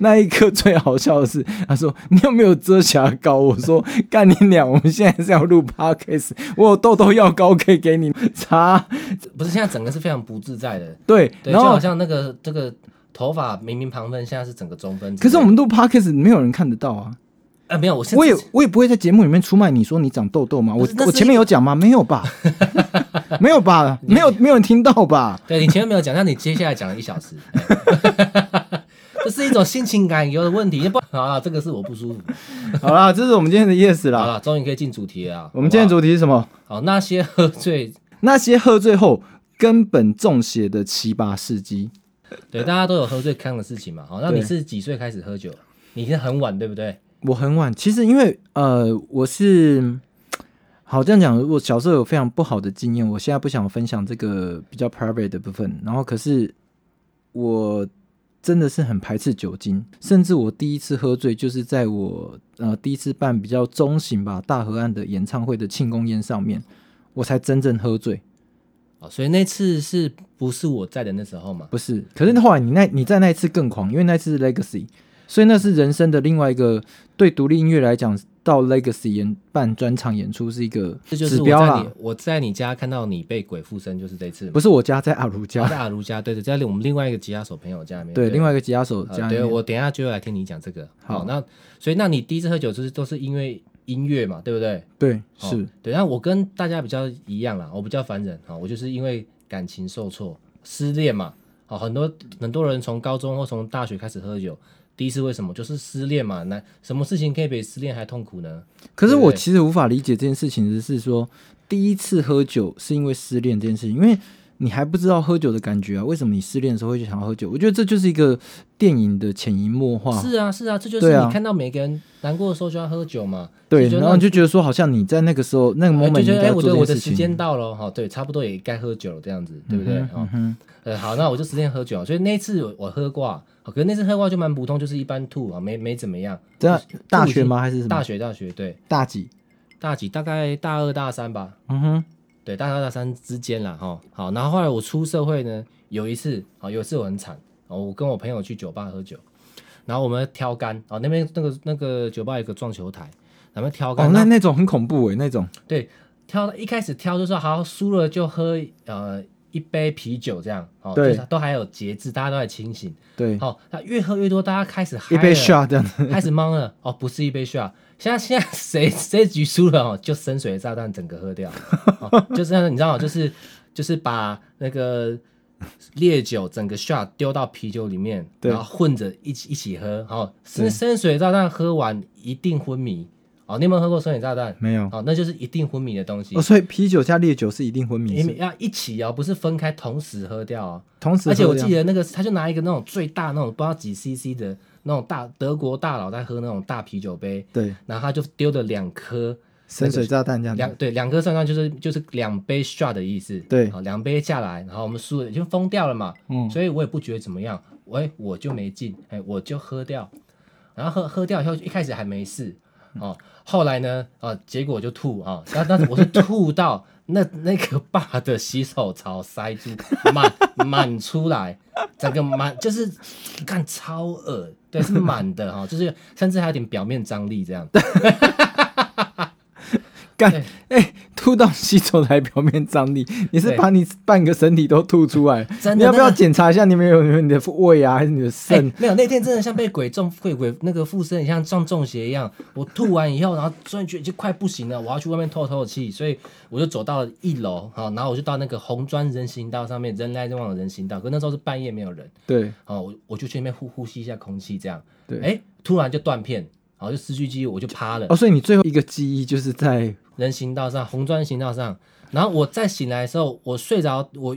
S2: 那一刻最好笑的是，他说你有没有遮瑕膏？我说干你娘，我们现在是要录 podcast，我有痘痘药膏可以给你擦。
S1: 不是，现在整个是非常不自在的。
S2: 对，
S1: 对，就
S2: 然
S1: 好
S2: 后
S1: 像那个这个头发明明旁分，现在是整个中分之类的。
S2: 可是我们录 podcast 没有人看得到啊。
S1: 啊，没有，我现在
S2: 我也我也不会在节目里面出卖你说你长痘痘嘛，
S1: 不
S2: 我
S1: 是那是
S2: 我前面有讲吗？没
S1: (laughs)
S2: 有吧，没有吧，没有没有人听到
S1: (laughs)
S2: 吧？
S1: 对你前面没有讲，但你接下来讲了一小时，哎 (laughs) 这是一种心情感有的问题。不，好了，这个是我不舒服。
S2: 好啦，这是我们今天的 yes
S1: 好
S2: 啦。
S1: 了，终于可以进主题了啊。
S2: 我们今天的主题是什么？
S1: 好不好好那些喝醉，
S2: 那些喝醉后根本中邪的奇葩事迹。
S1: 对大家都有喝醉康的事情嘛。好，那你
S2: 对
S1: 是几岁开始喝酒？你是很晚，对不对？
S2: 我很晚，其实因为呃，我是好这样讲，我小时候有非常不好的经验，我现在不想分享这个比较 private 的部分。然后可是我真的是很排斥酒精，甚至我第一次喝醉就是在我呃第一次办比较中型吧大河岸的演唱会的庆功宴上面，我才真正喝醉。
S1: 哦，所以那次是不是我在的那时候嘛？
S2: 不是，可是后来你那你在那一次更狂，因为那次是 Legacy，所以那是人生的另外一个对独立音乐来讲，到 Legacy 演办专场演出是一个
S1: 这就是
S2: 指
S1: 我
S2: 标
S1: 在
S2: 啦
S1: 你。我在你家看到你被鬼附身，就是这次嘛。
S2: 不是我家在阿如
S1: 然后
S2: 家，
S1: 在阿如家，对对，在我们另外一个吉他手朋友家里面。
S2: 对，另外一个吉他手
S1: 呃
S2: 家里
S1: 对
S2: 面。
S1: 我等一下就来听你讲这个。
S2: 好
S1: 好，那所以那你第一次喝酒就是都是因为音乐嘛，对不对？
S2: 对，
S1: 哦
S2: 是，
S1: 对。那我跟大家比较一样啦，我比较凡人啊、哦我就是因为感情受挫、失恋嘛。好、很多很多人从高中或从大学开始喝酒，第一次为什么就是失恋嘛？那什么事情可以比失恋还痛苦呢？
S2: 可是我
S1: 对
S2: 其实无法理解这件事情的是说，第一次喝酒是因为失恋这件事情，因为你还不知道喝酒的感觉啊？为什么你失恋的时候会想要喝酒？我觉得这就是一个电影的潜移默化。
S1: 是啊，是啊，这就
S2: 对
S1: 是
S2: 啊
S1: 你看到每个人难过的时候就要喝酒嘛。
S2: 对，
S1: 就
S2: 然后你就觉得说，好像你在那个时候那个
S1: 哎
S2: moment
S1: 就
S2: 你
S1: 觉得
S2: 应
S1: 哎，
S2: 该
S1: 我
S2: 做
S1: 的
S2: 这
S1: 我的
S2: 件事
S1: 时
S2: 情，
S1: 间到了哈，对，差不多也该喝酒了这样子，对不对？
S2: 嗯
S1: 哈，
S2: 哼
S1: 呃，好，那我就之前喝酒，所以那一次我我喝过啊，好可是那次喝过就蛮普通，就是一般吐啊，没没怎么样。
S2: 这样大学
S1: 吐
S2: 吗？还是
S1: 已
S2: 什
S1: 经？
S2: 么
S1: 大学大学对，
S2: 大几？
S1: 大几大概大二大三吧，
S2: 嗯哼，
S1: 对，大二大三之间啦，哈。好，然后后来我出社会呢，有一次，好，有一次我很惨，哦，我跟我朋友去酒吧喝酒，然后我们挑杆，哦，那边那个那个酒吧有个撞球台，咱们挑杆，
S2: 哦，
S1: 然
S2: 那
S1: 后
S2: 那种很恐怖
S1: 欸
S2: 诶，那种
S1: 对，挑一开始挑就说好输了就喝呃一杯啤酒这样，哦，
S2: 对
S1: 就是都还有节制，大家都还清醒。
S2: 对，
S1: 好、那越喝越多，大家开始嗨
S2: 一杯
S1: 了
S2: shot 这样
S1: (laughs)
S2: 子。
S1: 开始懵了。哦，不是一杯 shot，现在现在谁谁局输了哦，就深水炸弹整个喝掉，哦、就是那种你知道吗，就是就是把那个烈酒整个 shot 丢到啤酒里面，
S2: 对
S1: 然后混着一起一起喝。哦，
S2: 对
S1: 深深水炸弹喝完一定昏迷。哦，你有没有喝过深水炸弹？
S2: 没有
S1: 哦，那就是一定昏迷的东西
S2: 哦，。所以啤酒加烈酒是一定昏迷
S1: 你
S2: 是
S1: 们
S2: 吗，
S1: 要一起哦，不是分开同时喝掉哦。
S2: 同时
S1: 而且
S2: 喝
S1: 我
S2: 这
S1: 记
S2: 样
S1: 得那个，他就拿一个那种最大那种不知道几 CC 的那种大德国大佬在喝那种大啤酒杯，
S2: 对
S1: 然后他就丢了两颗
S2: 深水炸弹这样
S1: 两
S2: 子，
S1: 对两颗算上就是就是两杯 shot 的意思，
S2: 对
S1: 好两杯下来，然后我们输了就疯掉了嘛，
S2: 嗯
S1: 所以我也不觉得怎么样，喂我就没劲，哎我就喝掉，然后喝喝掉以后一开始还没事，哦后来呢啊结果我就吐啊，那那我是吐到那那个坝的洗手槽塞住满满出来，整个满就是看超恶，对是满的哈、哦，就是甚至还有点表面张力这样。
S2: 干
S1: 对
S2: 哎，吐到洗手台表面张力，你是
S1: 对
S2: 把你半个身体都吐出来，
S1: 真的
S2: 你要不
S1: 那
S2: 要
S1: 个
S2: 检查一下你们有没有你的胃啊，还是你的
S1: 哎、
S2: 肾？
S1: 没有，那天真的像被鬼中鬼鬼那个附身，像撞中邪一样。我吐完以后，然后终于觉得就快不行了，我要去外面透透气，所以我就走到一楼，好，然后我就到那个红砖人行道上面，人来人往的人行道，可那时候是半夜没有人，
S2: 对
S1: 好，我我就去那边呼呼吸一下空气，这样，
S2: 对
S1: 哎、突然就断片，好，就失去记忆，我就趴了，
S2: 哦，所以你最后一个记忆就是在
S1: 人行道上，红砖行道上。然后我再醒来的时候，我睡着，我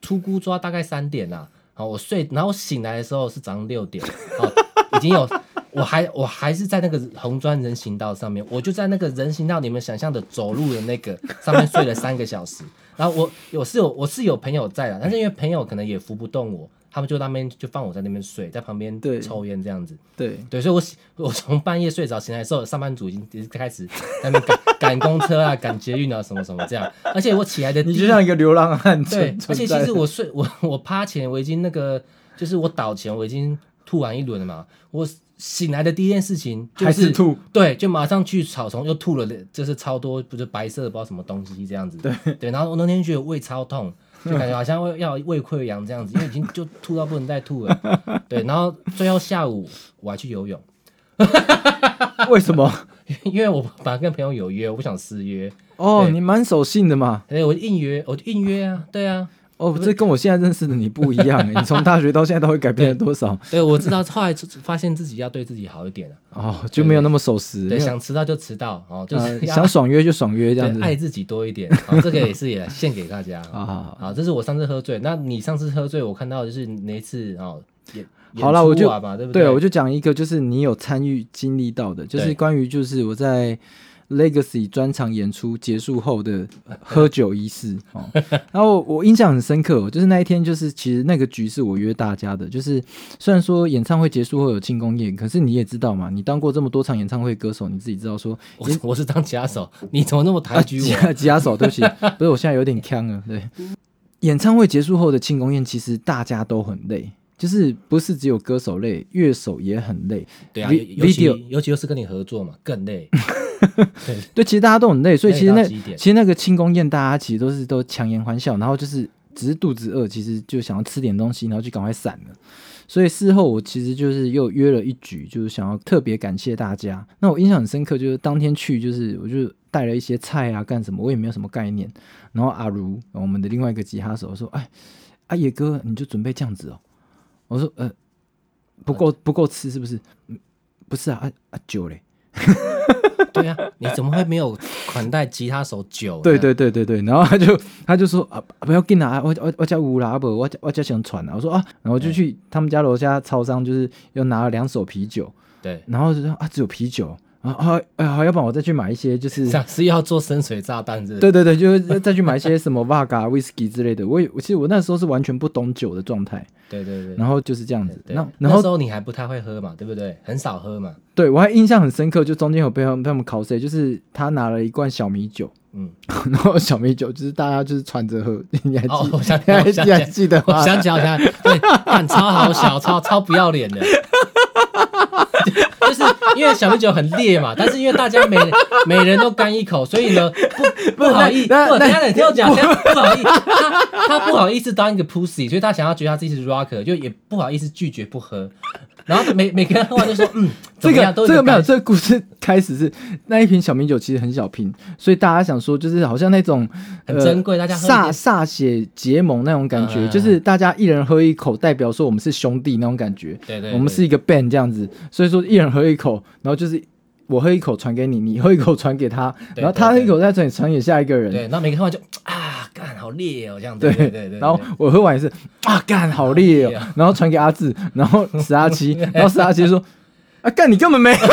S1: 出估抓大概三点啦、好，我睡，然后醒来的时候是早上六点，好，已经有， (laughs) 我还我还是在那个红砖人行道上面，我就在那个人行道你们想象的走路的那个上面睡了三个小时。然后我有是有我是有朋友在的，但是因为朋友可能也扶不动我，他们就在那边就放我在那边睡，在旁边
S2: 对
S1: 抽烟这样子。
S2: 对
S1: 对，所以我醒我从半夜睡着醒来的时候，上班族已经已经开始在那边赶 (laughs) 赶公车啊、赶捷运啊什么什么这样。而且我起来的第
S2: 你
S1: 一
S2: 就像一个流浪汉
S1: 对
S2: 存，
S1: 而且其
S2: 存在
S1: 实。我睡我我趴前我已经那个就是我倒前我已经吐完一轮了嘛，我醒来的第一件事情就
S2: 还是吐，
S1: 对，就马上去草丛又吐了，就是超多不是白色的不知道什么东西这样子，对对，然后我那天觉得胃超痛。就感觉好像会要胃溃疡这样子，因为已经就吐到不能再吐了。对，然后最后下午我还去游泳，
S2: 为什么？
S1: (laughs) 因为我本来跟朋友有约，我不想失约，
S2: 哦，
S1: 对
S2: 你蛮守信的嘛。
S1: 所以我应约，我就应约啊，对啊，
S2: 哦，这跟我现在认识的你不一样欸。你从大学到现在到底改变了多少？
S1: 对，我知道，后来发现自己要对自己好一点啊，
S2: 哦，就没有那么守时。
S1: 对，
S2: 没有
S1: 想迟到就迟到，哦，就
S2: 呃
S1: 是要
S2: 想爽约就爽约这样
S1: 对
S2: 子。
S1: 爱自己多一点，好，这个也是也献给大
S2: (laughs)
S1: 家
S2: 好好好
S1: 好，这是我上次喝醉，那你上次喝醉，我看到就是那一次哦，演
S2: 好啦我就
S1: 演出啊嘛，对不
S2: 对，
S1: 对，
S2: 我就讲一个，就是你有参与经历到的，就是
S1: 对
S2: 关于就是我在 Legacy 专场演出结束
S1: (laughs)
S2: 后的喝酒仪式哦。然后我印象很深刻、哦，就是那一天，就是其实那个局是我约大家的，就是虽然说演唱会结束后有庆功宴，可是你也知道嘛，你当过这么多场演唱会歌手，你自己知道说
S1: 我我是当吉他手，你怎么那么抬
S2: 啊，
S1: 举
S2: 吉
S1: 我？
S2: (laughs) 他吉他手，
S1: (laughs)
S2: 对不起，不是，我现在有点呛了。对，演唱会结束后的庆功宴，其实大家都很累，就是不是只有歌手累，乐手也很累。
S1: 对啊，
S2: Vi-
S1: 尤尤其
S2: video
S1: 尤其又是跟你合作嘛，更累。 (laughs) 对
S2: 对，其实大家都很累，所以其实
S1: 累
S2: 那
S1: 到极点
S2: 其实那个庆功宴，大家其实都是都强颜欢笑，然后就是只是肚子饿，其实就想要吃点东西，然后就赶快散了。所以事后我其实就是又约了一局，就是想要特别感谢大家。那我印象很深刻，就是当天去，就是我就带了一些菜啊，干什么我也没有什么概念。然后阿如，我们的另外一个吉他手说：“哎，阿、野哥，你就准备这样子哦。”我说：“呃，不够不够吃是不是？嗯，不是啊，啊啊酒嘞。”
S1: 对啊，你怎么会没有款待吉他手酒呢？
S2: 对对对对对，然后他就他就说啊，不要紧啦，我我我家无啦不，我我家想喘啊，我说啊，然
S1: 嗯
S2: 后就去他们家楼下超商，就是又拿了两手啤酒，
S1: 对，
S2: 然后就说啊，只有啤酒啊啊啊，好，要不然我再去买一些，就是
S1: 想是要做深水炸弹是不是？
S2: 对对对，就是再去买一些什么 v 嘎 whisky 之类的。我也我其实我那时候是完全不懂酒的状态，
S1: 对对对对。
S2: 然后就是这样子。
S1: 对
S2: 那然
S1: 那时
S2: 后
S1: 候你还不太会喝嘛，对不对？很少喝嘛，
S2: 对我还印象很深刻，就中间有被他们被他们 cos，就是他拿了一罐小米酒，
S1: 嗯，
S2: (laughs) 然后小米酒就是大家就是穿着喝， (laughs) 你还记、
S1: 哦我想起
S2: 你
S1: 来
S2: 还
S1: 我
S2: 记
S1: 想起
S2: 你
S1: 来
S2: 还记得
S1: 我
S2: 吗？
S1: 想起来，我想起来，对，干超好笑，超超不要脸的， (laughs) 就是因为小米酒很烈嘛，但是因为大家每每人都干一口，所以呢不不好意思，
S2: 那
S1: 不，
S2: 那
S1: 等一下你听我讲，等一下不好意思，他他不好意思当一个 pussy，所以他想要觉得他自己是 rocker，就也不好意思拒绝不喝，然后每每个人喝完就说嗯，怎
S2: 这
S1: 么
S2: 个
S1: 样都
S2: 这个
S1: 有
S2: 没有，
S1: 感
S2: 这个故事开始是那一瓶小米酒其实很小瓶，所以大家想说就是好像那种呃
S1: 很珍贵大家喝一
S2: 歃
S1: 点
S2: 歃血结盟那种感觉，
S1: 嗯
S2: 就是大家一人喝一口，代表说我们是兄弟那种感觉。
S1: 对对对
S2: 我们是一个 band 这样子，所以说一人喝一口，然后就是我喝一口传给你，你喝一口传给他，
S1: 对
S2: 然后他喝
S1: 对
S2: 一口再传传给下一个人。
S1: 对，然后每个人喝完就啊干好烈哦这样子，对对对对，
S2: 然后我喝完也是啊，干好烈
S1: 好烈
S2: 哦
S1: 哦，
S2: 然后传给阿志，然后十阿
S1: (laughs)
S2: 七，然后十阿七说啊，干你根本没喝，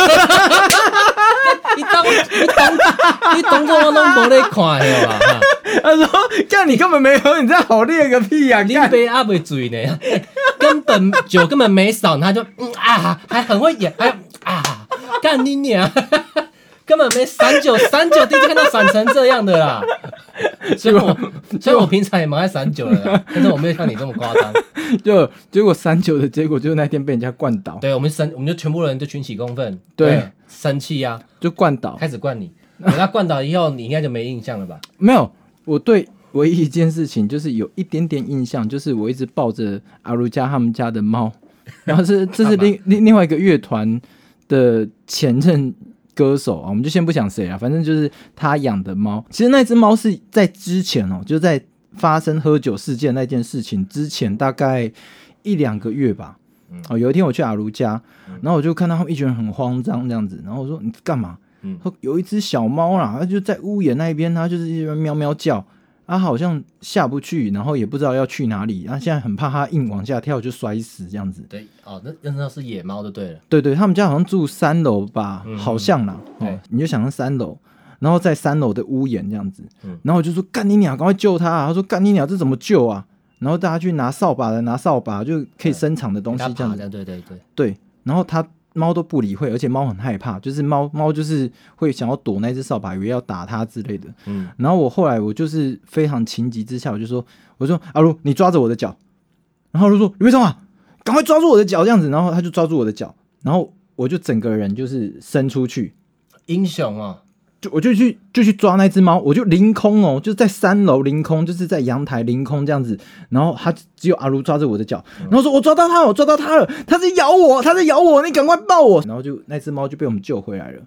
S1: 你当你当你当做我拢无咧看的吧？
S2: (laughs)
S1: 哈
S2: 他说干你根本没喝，你这样好烈个屁呀、啊，
S1: 林
S2: 干
S1: 杯阿未醉呢，欸根本酒根本没少，他就嗯啊，还很会演，还啊，干你娘！根本没散酒，散酒第一次看到散成这样的啦。所以我，所以我平常也蛮爱散酒的啦，但是我没有像你这么夸张。
S2: 就结果三九的结果就是那天被人家灌倒，
S1: 对，我们生，我们就全部人就群起公愤，
S2: 对，
S1: 生气呀、
S2: 就灌倒，
S1: 开始灌你。等他灌倒以后，你应该就没印象了吧？
S2: 没有，我对唯一一件事情就是有一点点印象，就是我一直抱着阿如家他们家的猫， (laughs) 然后是这是另另另外一个乐团的前任歌手啊，我们就先不讲谁了，反正就是他养的猫。其实那只猫是在之前哦，就在发生喝酒事件那件事情之前，大概一两个月吧。哦，有一天我去阿如家，然后我就看到他们一群人很慌张这样子，然后我说你干嘛？
S1: 嗯
S2: 说有一只小猫啦，它就在屋檐那边，它就是一直喵喵叫，它好像下不去，然后也不知道要去哪里，啊它现在很怕它硬往下跳就摔死这样子。
S1: 对，哦，那那时候是野猫就对了。
S2: 对对，他们家好像住三楼吧，
S1: 嗯
S2: 好像啦。
S1: 嗯
S2: 哦
S1: 对，
S2: 你就想象三楼，然后在三楼的屋檐这样子。
S1: 嗯
S2: 然后我就说干你鸟，赶快救他、啊！他说干你鸟，这怎么救啊？然后大家去拿扫把的拿扫把，就可以伸长的东西
S1: 他
S2: 这
S1: 爬这
S2: 样子。
S1: 样，对对对，
S2: 对，然后它猫都不理会，而且猫很害怕，就是猫猫就是会想要躲那只扫把，以为要打它之类的。
S1: 嗯，
S2: 然后我后来我就是非常情急之下，我就说，我说阿如，你抓着我的脚。然后阿如说，你为什么？啊赶快抓住我的脚这样子。然后他就抓住我的脚，然后我就整个人就是伸出去，
S1: 英雄哦，
S2: 就我就去就去抓那只猫，我就凌空哦，就在三楼凌空，就是在阳台凌空这样子。然后它只有阿如抓着我的脚，然后说：“我抓到它了，我抓到它了，它在咬我，它在咬我，你赶快抱我。”然后就那只猫就被我们救回来了。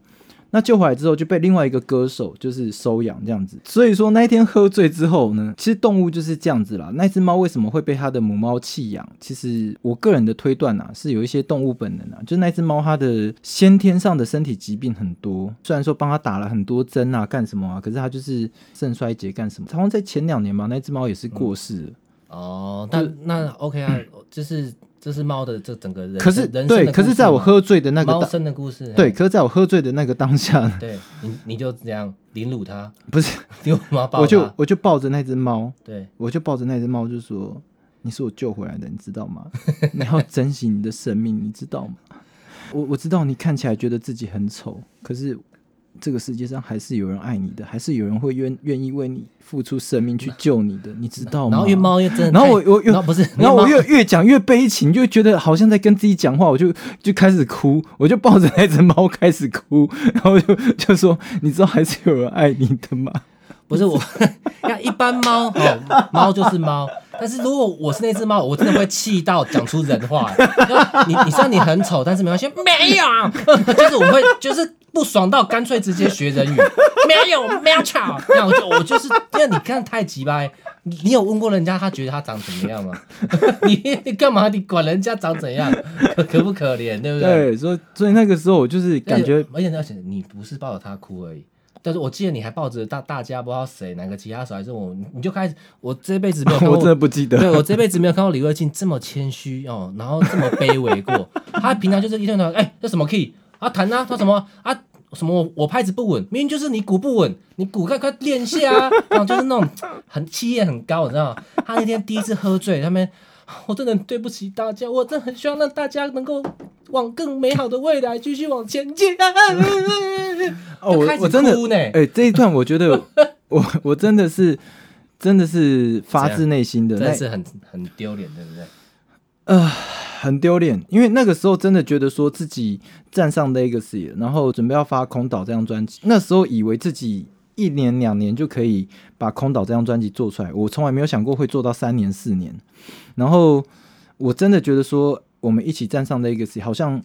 S2: 那救回来之后就被另外一个歌手就是收养这样子，所以说那一天喝醉之后呢，其实动物就是这样子啦。那只猫为什么会被它的母猫弃养？其实我个人的推断啊，是有一些动物本能啊，就是那只猫它的先天上的身体疾病很多，虽然说帮它打了很多针啊，干什么啊，可是它就是肾衰竭干什么？好像在前两年吧，那只猫也是过世了。
S1: 哦，那那 OK 啊，就是这是猫的这整个人，
S2: 可是
S1: 人
S2: 对，可是在我喝醉的那
S1: 那
S2: 个
S1: 猫
S2: 当
S1: 生的故事，
S2: 对，
S1: 嘿
S2: 可是在我喝醉的那个当下 (laughs) 呢，
S1: 对，你你就这样凌辱它， (laughs)
S2: 不是，
S1: 你为什么要抱
S2: 我就
S1: 它？
S2: 我就抱着那只猫，
S1: 对，
S2: 我就抱着那只猫就说：“你是我救回来的，你知道吗？你要珍惜你的生命，你知道吗？我我知道你看起来觉得自己很丑，可是这个世界上还是有人爱你的，还是有人会愿愿意为你付出生命去救你的，你知道吗？”
S1: 然后因为，猫又真的太，
S2: 然后我我又
S1: 然后不是，
S2: 然后我
S1: 因
S2: 越
S1: 为
S2: 越讲越悲情，就觉得好像在跟自己讲话，我就就开始哭，我就抱着那只猫开始哭，然后就就说：“你知道还是有人爱你的吗？”
S1: 猫不是我， (laughs) 看一般猫哦，猫就是猫。但是如果我是那只猫，我真的会气到讲出人话。要你你虽然你很丑，但是没关系，没有， (laughs) 就是我会就是不爽到干脆直接学人语，没有没有吵，那我就我就是因为你看太急掰，你你有问过人家他觉得他长怎么样吗？ (laughs) 你你干嘛？你管人家长怎样，可可不可怜，对不对？
S2: 对，所以所以那个时候我就是感觉
S1: 而且而且你不是抱着他哭而已。但是我记得你还抱着大大家不知道谁哪个吉他手还是我，你你就开始我这辈子没有看
S2: (laughs) 我
S1: 过
S2: 真的不
S1: (laughs)
S2: 记
S1: 对
S2: 得，
S1: 我这辈子没有看到李慧静这么谦虚哦，然后这么卑微过。她平常就是一天到晚，哎、这什么 key 啊，弹啊，她什么啊，什么我我拍子不稳，明明就是你鼓不稳，你鼓快快练一下啊，然后就是那种很气焰很高，你知道吗？她那天第一次喝醉，他们。我真的很对不起大家，我真的很希望让大家能够往更美好的未来继续往前进、啊。
S2: 哦，我
S1: 就开始
S2: 我真的
S1: 哭呢
S2: 哎、这一段我
S1: (laughs)
S2: 觉得我我真的是真的是发自内心的，
S1: 真
S2: 那啊
S1: 的是很很丢脸，对不对？
S2: 很丢脸，因为那个时候真的觉得说自己站上 Legacy，了然后准备要发《空岛》这张专辑，那时候以为自己一年两年就可以把《空岛》这张专辑做出来，我从来没有想过会做到三年四年。然后我真的觉得说，我们一起站上 Legacy，好像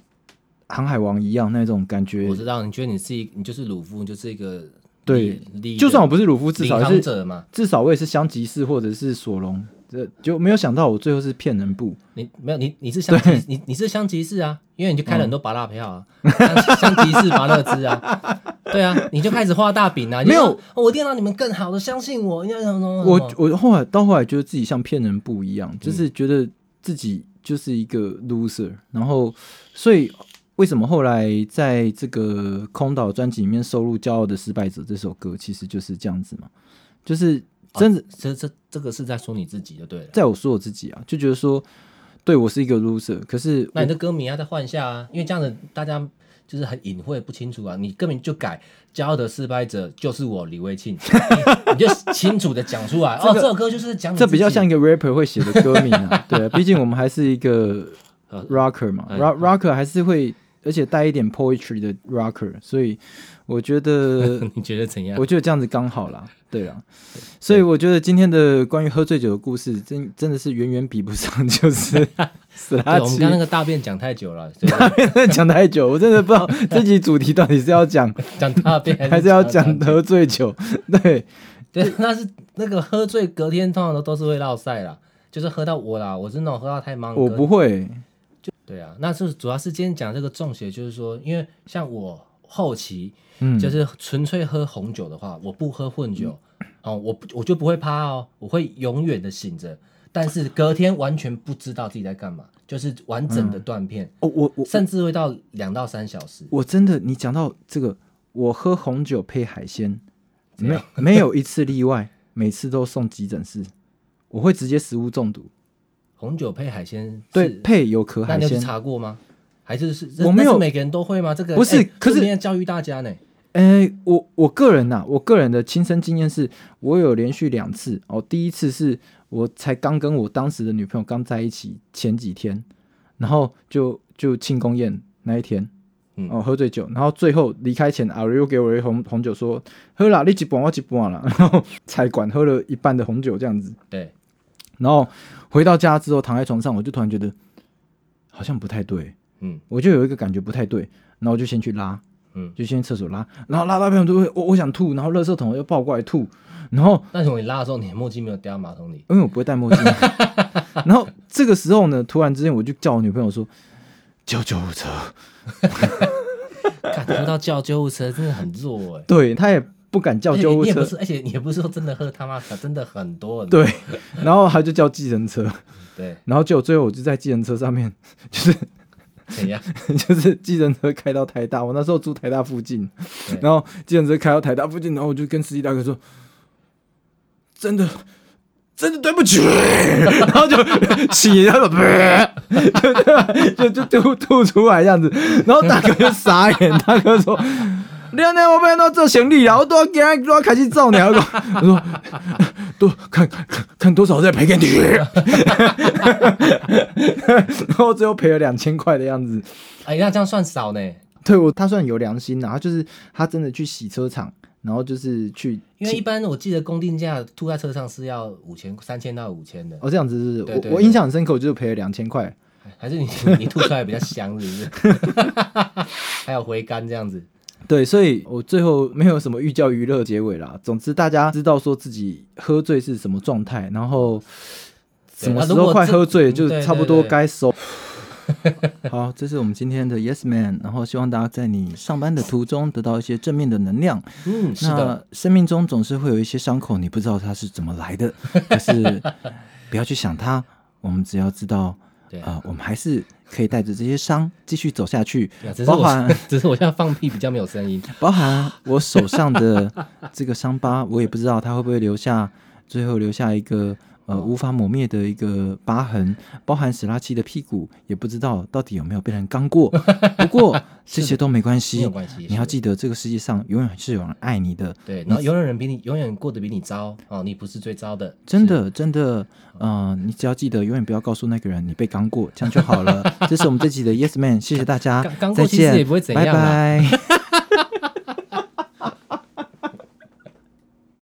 S2: 航海王一样那种感觉
S1: 我。知道，你觉得你是一，你就是鲁夫，你就是一个
S2: 对
S1: 利，
S2: 就算我不是鲁夫，至
S1: 领
S2: 少也
S1: 航
S2: 是
S1: 者嘛，
S2: 至少我也是香吉士或者是索隆，这就没有想到我最后是骗人部。
S1: 你没有你你是香吉你你是香吉士啊，因为你就开了很多拔蜡票
S2: (laughs)
S1: 啊，香香吉士拔乐枝啊，对啊，你就开始画大饼啊，你就说
S2: 没有
S1: 哦我一定要让你们更好的相信我，你要什么什么什么
S2: 我我后来到后来觉得自己像骗人不一样，就是觉得自己就是一个 loser，然后所以为什么后来在这个空岛专辑里面收录《骄傲的失败者》这首歌，其实就是这样子嘛，就是真的
S1: 哦这这这个是在说你自己就对了。
S2: 在我说我自己啊，就觉得说对我是一个 loser，可是
S1: 那你的歌名要再换一下啊，因为这样子大家就是很隐晦不清楚啊。你歌名就改《骄傲的失败者就是我李卫庆》你，你就清楚的讲出
S2: (laughs)
S1: 来。哦，这首歌就是讲你
S2: 这
S1: 自
S2: 比较
S1: 己
S2: 像一个 rapper 会写的歌名
S1: (laughs)
S2: 啊，对啊，毕竟我们还是一个
S1: 呃
S2: rocker 嘛、
S1: 哎
S2: r o c k e r 还是会，而且带一点 poetry 的 rocker，所以我觉得
S1: (laughs) 你觉得怎样？
S2: 我觉得这样子刚好啦，对啦，所以我觉得今天的关于喝醉酒的故事，真真的是远远比不上
S1: (laughs)
S2: 就是死
S1: 对
S2: 拉
S1: 我们
S2: 奇
S1: 刚。刚那个大便讲太久了，对
S2: (laughs) 讲太久，我真的不知道这集主题到底是
S1: (laughs)
S2: 要讲
S1: 讲大便
S2: 还 (laughs) 是要讲
S1: 大便
S2: 喝醉酒。对，
S1: 对，那是那个喝醉隔天通常都都是会落晒啦，就是喝到我啦，我是那种喝到太忙。
S2: 我不会，
S1: 对啊，那是主要是今天讲这个中邪，就是说，因为像我后期
S2: 嗯，
S1: 就是纯粹喝红酒的话，我不喝混酒
S2: 嗯
S1: 哦，我不我就不会趴哦，我会永远的醒着，但是隔天完全不知道自己在干嘛，就是完整的断片，
S2: 哦，我我
S1: 甚至会到两到三小时。
S2: 我真的，你讲到这个，我喝红酒配海鲜，
S1: 怎
S2: 没有没有一次例外，每次都送急诊室，我会直接食物中毒。
S1: 红酒配海鲜是
S2: 对，配有壳
S1: 那
S2: 海
S1: 你有去
S2: 鲜，
S1: 查过吗？还是是
S2: 我没有
S1: 那是每个人都会吗？这个
S2: 不是
S1: 哎
S2: 可是
S1: 这边要教育大家呢。
S2: 哎，我我个人呐、我个人的亲身经验是，我有连续两次哦。第一次是我才刚跟我当时的女朋友刚在一起前几天，然后就就庆功宴那一天，
S1: 嗯
S2: 哦喝醉酒，然后最后离开前，阿瑞又给我一红红酒说喝啦，你一半我一半啦， (laughs) 然后才管喝了一半的红酒这样子，
S1: 对，
S2: 然后回到家之后躺在床上，我就突然觉得好像不太对，
S1: 嗯
S2: 我就有一个感觉不太对，然后我就先去拉，
S1: 嗯
S2: 就先去厕所拉，然后拉到一半就会我我想吐，然后垃圾桶又抱过来吐，然后
S1: 那如果你拉的时候，你的墨镜没有掉到马桶里，
S2: 因为我不会戴
S1: (laughs)
S2: 墨镜，然后这个时候呢，突然之间我就叫我女朋友说叫救护车，
S1: 看喝到叫救护车真的很弱哎、
S2: 对，她也不敢叫
S1: 而且
S2: 救
S1: 你
S2: 护
S1: 你也不
S2: 车，
S1: 是，而且你也不是说真的喝他妈的，真的很多很多。
S2: 对，然后她就叫计程车，
S1: 对，
S2: 然后结果最后我就在计程车上面，就是
S1: 怎样？
S2: (laughs) 就是计程车开到台大，我那时候住台大附近
S1: 对，
S2: 然后计程车开到台大附近，然后我就跟司机大哥说：“真的，真的对不起。” (laughs) 然后就起，然后就 (laughs) 就就就吐吐出来这样子，然后大哥就傻眼，大哥说。你安尼，我要怎做行李啊？我都要今仔都要开始造鸟了。我说，多看看看多少再赔给你， (laughs) 然后最后赔了两千块的样子。
S1: 哎，那这样算少呢，
S2: 对我，他算有良心啦，他就是他真的去洗车场，然后就是去
S1: 因为一般我记得公定价吐在车上是要五千、三千到五千的，
S2: 哦这样子是不是，
S1: 对对
S2: 我我
S1: 对
S2: 印象很深刻，我就是赔了两千块。 (laughs)
S1: (laughs) 还是你你吐出来比较香，是不是？还有回甘这样子，
S2: 对，所以我最后没有什么寓教于乐结尾啦。总之，大家知道说自己喝醉是什么状态，然后什么
S1: 啊
S2: 时
S1: 如
S2: 候
S1: 果
S2: 快
S1: 这
S2: 喝醉，
S1: 嗯
S2: 就
S1: 对
S2: 差不
S1: 对
S2: 多
S1: 对 (laughs)
S2: 该收。好，这是我们今天的 Yes Man，然后希望大家在你上班的途中得到一些正面的能量。
S1: 嗯，是的，
S2: 那生命中总是会有一些伤口，你不知道它是怎么来
S1: (laughs)
S2: 的，可是不要去想它，我们只要知道，
S1: 对啊
S2: 呃，我们还是可以带着这些伤继续走下去
S1: 对啊只，是
S2: 包
S1: 我
S2: 含
S1: 是 (laughs) 只是我现在放屁比较没有声音，
S2: 包含我手上的这个伤疤，我也不知道它会不会留下，最后留下一个
S1: 哦
S2: 呃无法抹灭的一个疤痕。包含史拉奇的屁股，也不知道到底有没有被人
S1: (laughs)
S2: 刚过。不过这些都没关系，
S1: 没有关系
S2: 你要
S1: 是
S2: 记得，这个世界上永远是有人爱你的。
S1: 对，然后永远人比你永远过得比你糟哦，你不是最糟的，
S2: 真的，真的，呃，你只要记得，永远不要告诉那个人你
S1: (laughs)
S2: 被刚过，这样就好了。这是我们这集的 Yes Man，谢谢大家
S1: 刚刚，过
S2: 再
S1: 其实
S2: 见，
S1: 也不会怎样
S2: 拜
S1: 啦
S2: 拜。